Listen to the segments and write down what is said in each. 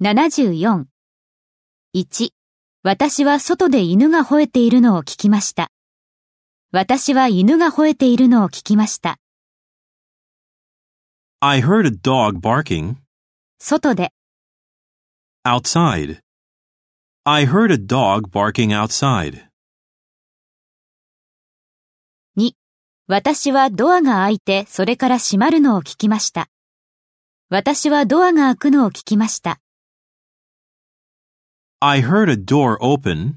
74。1. 私は外で犬が吠えているのを聞きました。私は犬が吠えているのを聞きました。 I heard a dog barking 外で、 outside. I heard a dog barking outside. 私はドアが開いて、それから閉まるのを聞きました。私はドアが開くのを聞きました。 I heard a door open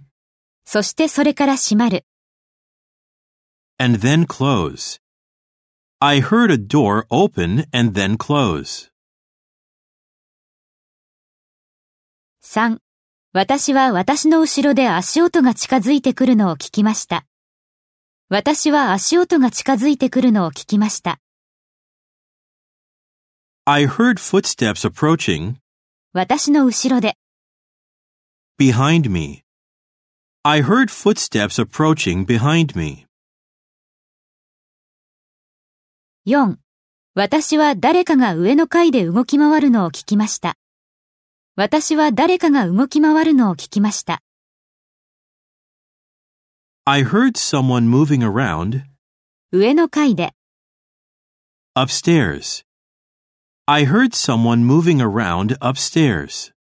そしてそれから閉まる。 and then close. I heard a door open and then close. 3. 私は私の後ろで足音が近づいてくるのを聞きました。私は足音が近づいてくるのを聞きました。 I heard footsteps approaching 私の後ろで、 behind me. I heard footsteps approaching behind me. 4. 私は誰かが上の階で動き回るのを聞きました。私は誰かが動き回るのを聞きました。 I heard someone moving around 上の階で、 upstairs. I heard someone moving around upstairs.